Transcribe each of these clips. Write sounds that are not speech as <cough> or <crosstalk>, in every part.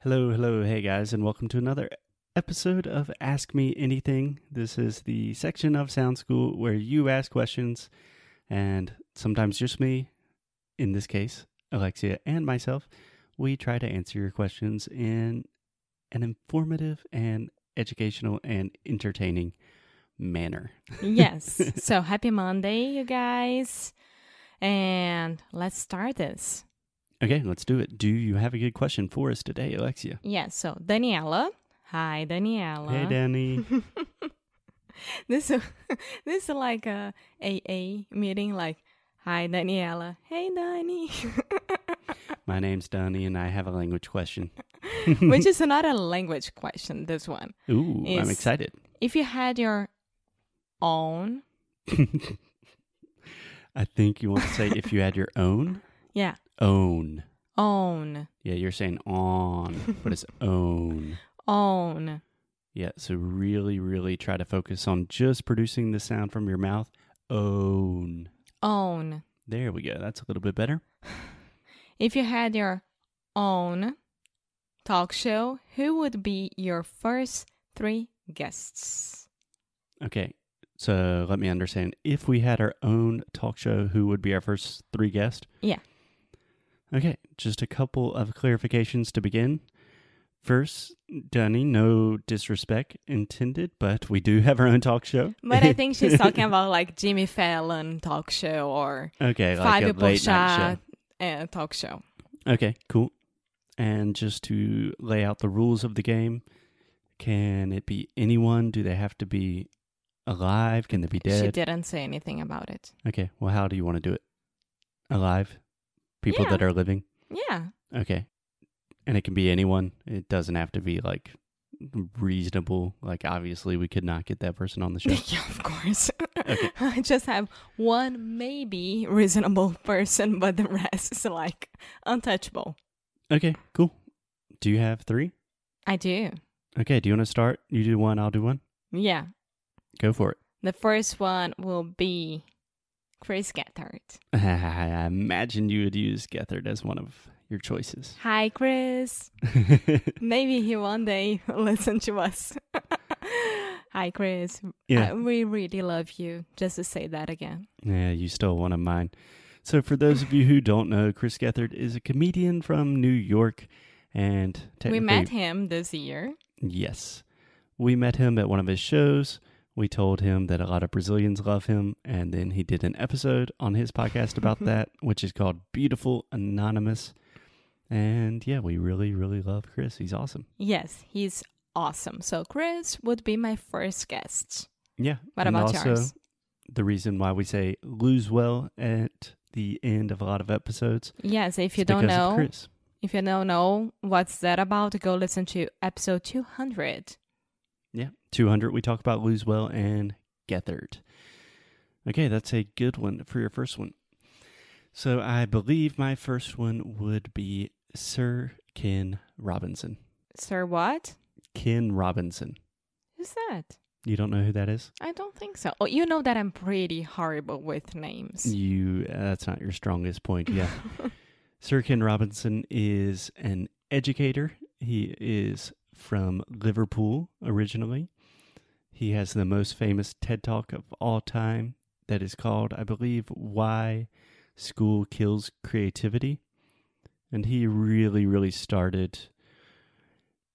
Hello, hello, hey guys, and welcome to another episode of Ask Me Anything. This is the section of Sound School where you ask questions, and sometimes just me, in this case, Alexia and myself, we try to answer your questions in an informative and educational and entertaining manner. yes. So happy Monday, you guys. And let's start this. Okay, let's do it. Do you have a good question for us today, Alexia? Yeah. So Daniela. Hi, Daniela. Hey, Danny. This <laughs> this is like a AA meeting. Like, hi, Daniela. Hey, Danny. My name's Danny, and I have a language question. Which is not a language question. This one. Ooh, I'm Is- excited. If you had your own, I think you want to say if you had your own yeah, own. own, Yeah, you're saying on, but it's own. own. Yeah, so really, really try to focus on just producing the sound from your mouth. Own. own. There we go. That's a little bit better. If you had your own talk show, who would be your first three guests? Okay, so let me understand. If we had our own talk show, who would be our first three guests? Yeah. Okay, just a couple of clarifications to begin. First, Dunny, no disrespect intended, but we do have our own talk show. But I think <laughs> she's talking about like Jimmy Fallon talk show or Okay, like Fabio a late night Porchat uh, talk show. show. Okay, cool. And just to lay out the rules of the game, can it be anyone? Do they have to be alive? Can they be She dead? didn't say anything about it. Okay, well, how do you want to do it? Alive? People Yeah. that are living? Yeah. Okay. And it can be anyone. It doesn't have to be like reasonable. Like, obviously, we could not get that person on the show. <laughs> Yeah, of course. <laughs> I just have one maybe reasonable <laughs> person, but the rest is like untouchable. okay, cool. Do you have three? I do. Okay, do you want to start? You do one, I'll do one. Yeah. Go for it. <laughs> The first one will be Chris Gethard. I imagine you would use Gethard as one of your choices. <laughs> Hi, Chris. Maybe he one day <laughs> will listen to us. <laughs> Hi, Chris. yeah. Uh, we really love you. Just to say that again. yeah, you stole one of mine. So, for those of you who don't know, Chris Gethard is a comedian from New York. And we technically, met him this year. Yes. We met him at one of his shows. We told him that a lot of Brazilians love him. And then he did an episode on his podcast <laughs> about that, which is called Beautiful Anonymous. And yeah, we really, really love Chris. He's awesome. Yes, he's awesome. So, Chris would be my first guest. Yeah. What and about also, yours? The reason why we say lose well at the end of a lot of episodes. Yes, if is you don't because of know, Chris. if you don't know what's that about, go listen to episode 200. Yeah. 200, we talk about lose well and Gethard. Okay, that's a good one for your first one. So I believe my first one would be Sir Ken Robinson. Sir, what? Ken Robinson. Who's that? You don't know who that is? I don't think so. Oh, you know that I'm pretty horrible with names. You uh, that's not your strongest point. Yeah. Sir Ken Robinson is an educator. He is from Liverpool originally. He has the most famous TED Talk of all time that is called, I believe, Why School Kills Creativity. And he really, really started,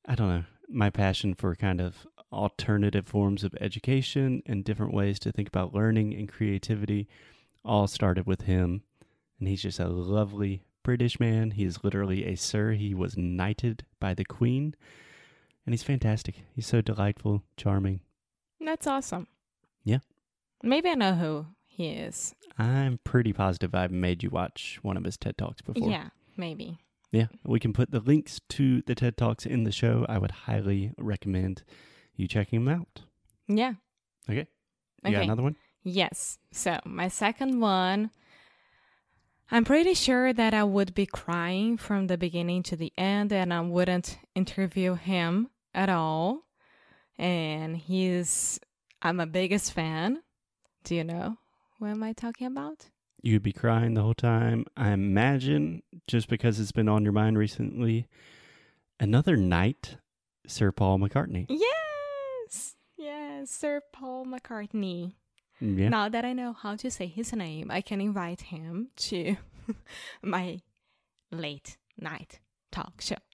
I don't know, my passion for kind of alternative forms of education and different ways to think about learning and creativity all started with him and he's just a lovely British man. He is literally a sir. He was knighted by the Queen, and he's fantastic. He's so delightful, charming. That's awesome. Yeah. Maybe I know who he is. I'm pretty positive I've made you watch one of his TED Talks before. Yeah, maybe. Yeah. We can put the links to the TED Talks in the show. I would highly recommend you checking them out. Yeah. Okay. You got Okay. another one? Yes. So, my second one I'm pretty sure that I would be crying from the beginning to the end and I wouldn't interview him at all. And he's I'm a biggest fan. Do you know who am I talking about? You'd be crying the whole time. I imagine just because it's been on your mind recently. Another knight, Sir Paul McCartney. Yes. Yes, Sir Paul McCartney. Yeah. Now that I know how to say his name, I can invite him to <laughs> my late night talk show. <laughs>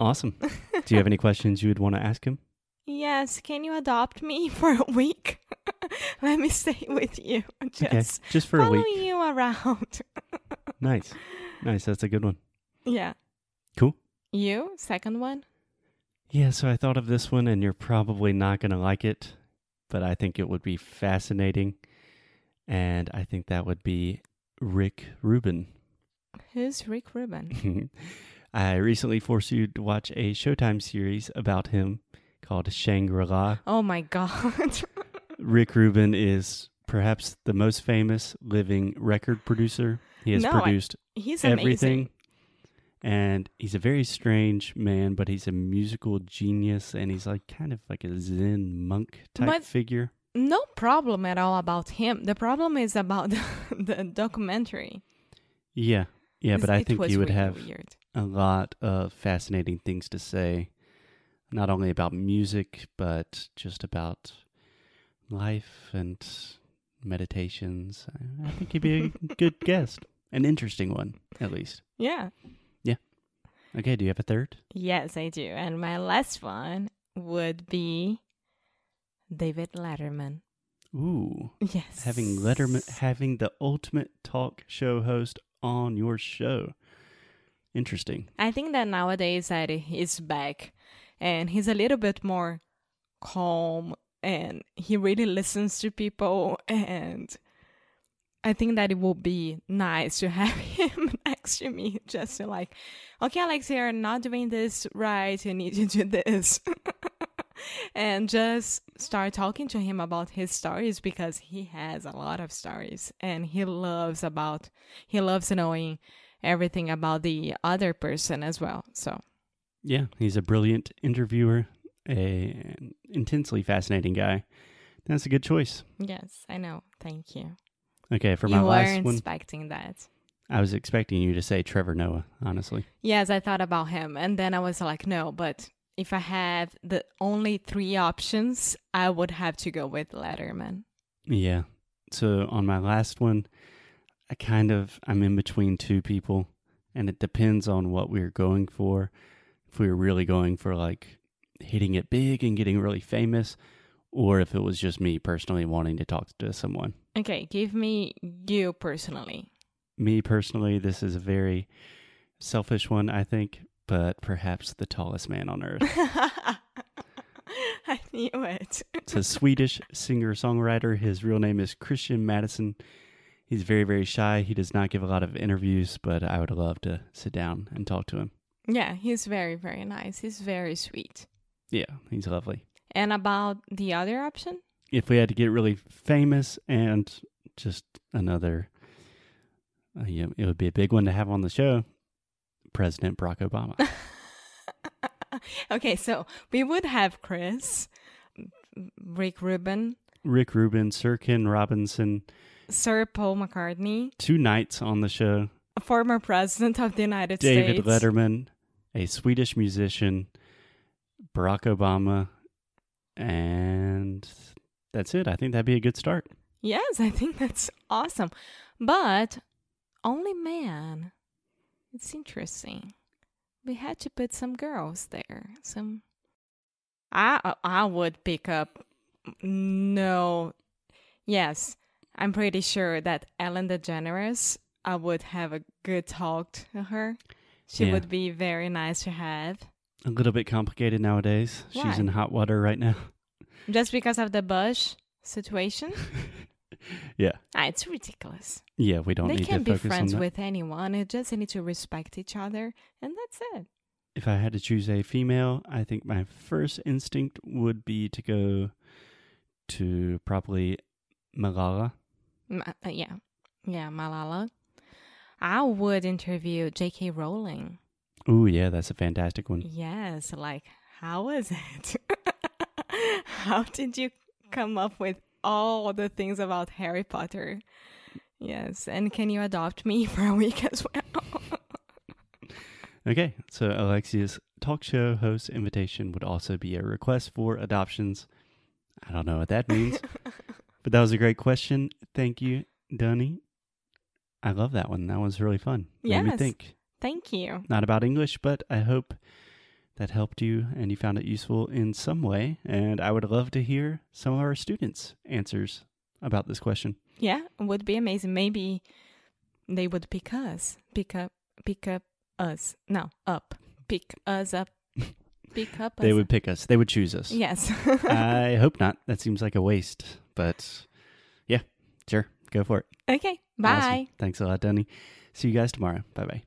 Awesome. Do you have any questions you would want to ask him? Yes, can you adopt me for a week? <laughs> Let me stay with you. Just okay. Just for a follow week. you around. <laughs> Nice. Nice. That's a good one. yeah. Cool. You, second one? Yeah, so I thought of this one, and you're probably not going to like it, but I think it would be fascinating. And I think that would be Rick Rubin. Who's Rick Rubin? <laughs> I recently forced you to watch a Showtime series about him called Shangri La. Oh my god. <laughs> Rick Rubin is perhaps the most famous living record producer. He has No, I- produced He's amazing. everything. And he's a very strange man, but he's a musical genius and he's like kind of like a Zen monk type But- figure. No problem at all about him. The problem is about <laughs> the, the documentary. Yeah. Yeah, but It- I it think was he would really have weird. a lot of fascinating things to say, not only about music, but just about life and meditations. I- I think he'd be a good guest, an interesting one, at least. Yeah. Okay, do you have a third? Yes, I do. And my last one would be David Letterman. Ooh, Yes. having Letterman, having the ultimate talk show host on your show. Interesting. I think that nowadays that he's back and he's a little bit more calm and he really listens to people and I think that it would be nice to have <laughs> him next to me just to like, okay, Alex, you're not doing this right. You need to do this. <laughs> and just start talking to him about his stories because he has a lot of stories and he loves about he loves knowing everything about the other person as well. So Yeah, he's a brilliant interviewer, a an intensely fascinating guy. That's a good choice. yes, I know. Thank you. Okay, for you my were last one, expecting that. I was expecting you to say Trevor Noah, honestly. Yes, I thought about him, and then I was like, no. But if I had the only three options, I would have to go with Letterman. Yeah. So on my last one, I kind of I'm in between two people and it depends on what we're going for. If we were really going for like hitting it big and getting really famous or if it was just me personally wanting to talk to someone. Okay, give me you personally. <laughs> Me personally, this is a very selfish one, I think, but perhaps the tallest man on earth. I knew it. It's a Swedish singer songwriter. His real name is Christian Madison. He's very, very shy. He does not give a lot of interviews, but I would love to sit down and talk to him. Yeah, he's very, very nice. He's very sweet. Yeah, he's lovely. And about the other option? If we had to get really famous and just another, uh, you know, it would be a big one to have on the show President Barack <laughs> Obama. <laughs> Okay, so we would have Chris, Rick Rubin, Rick Rubin, Sir Ken Robinson, Sir Paul McCartney, two nights on the show, a former president of the United David States. Letterman, a Swedish musician, Barack Obama, and that's it. I think that'd be a good start. Yes, I think that's awesome. But only man. It's interesting. We had to put some girls there. Some I I would pick up no. Yes, I'm pretty sure that Ellen DeGeneres I would have a good talk to her. She Yeah. would be very nice to have. A little bit complicated nowadays. Why? She's in hot water right <laughs> now. Just because of the Bush situation? Yeah. Ah, it's ridiculous. Yeah, we don't they need to can be focus on friends that. with anyone. It just need to respect each other, and that's it. if I had to choose a female, I think my first instinct would be to go to probably Malala. Ma- uh, yeah, yeah, Malala. I would interview J.K. Rowling. Ooh, yeah, that's a fantastic one. Yes, like how was it? <laughs> how did you come up with all the things about Harry Potter? <laughs> Yes, and can you adopt me for a week as well? Okay, so Alexia's talk show host invitation would also be a request for adoptions. I don't know what that <laughs> means, but that was a great question. Thank you, Dunny. I love that one. That was really fun. Made me Yes. think. Thank you. Not about English, but I hope that helped you and you found it useful in some way. And I would love to hear some of our students' answers about this question. Yeah, it would be amazing. Maybe they would pick us, pick up, pick up us. No, up, pick us up, pick up. They us. would Uh, pick us. They would choose us. <laughs> Yes. I hope not. That seems like a waste, but yeah, sure. Go for it. okay. Awesome. Bye. Thanks a lot, Danny. See you guys tomorrow. Bye bye.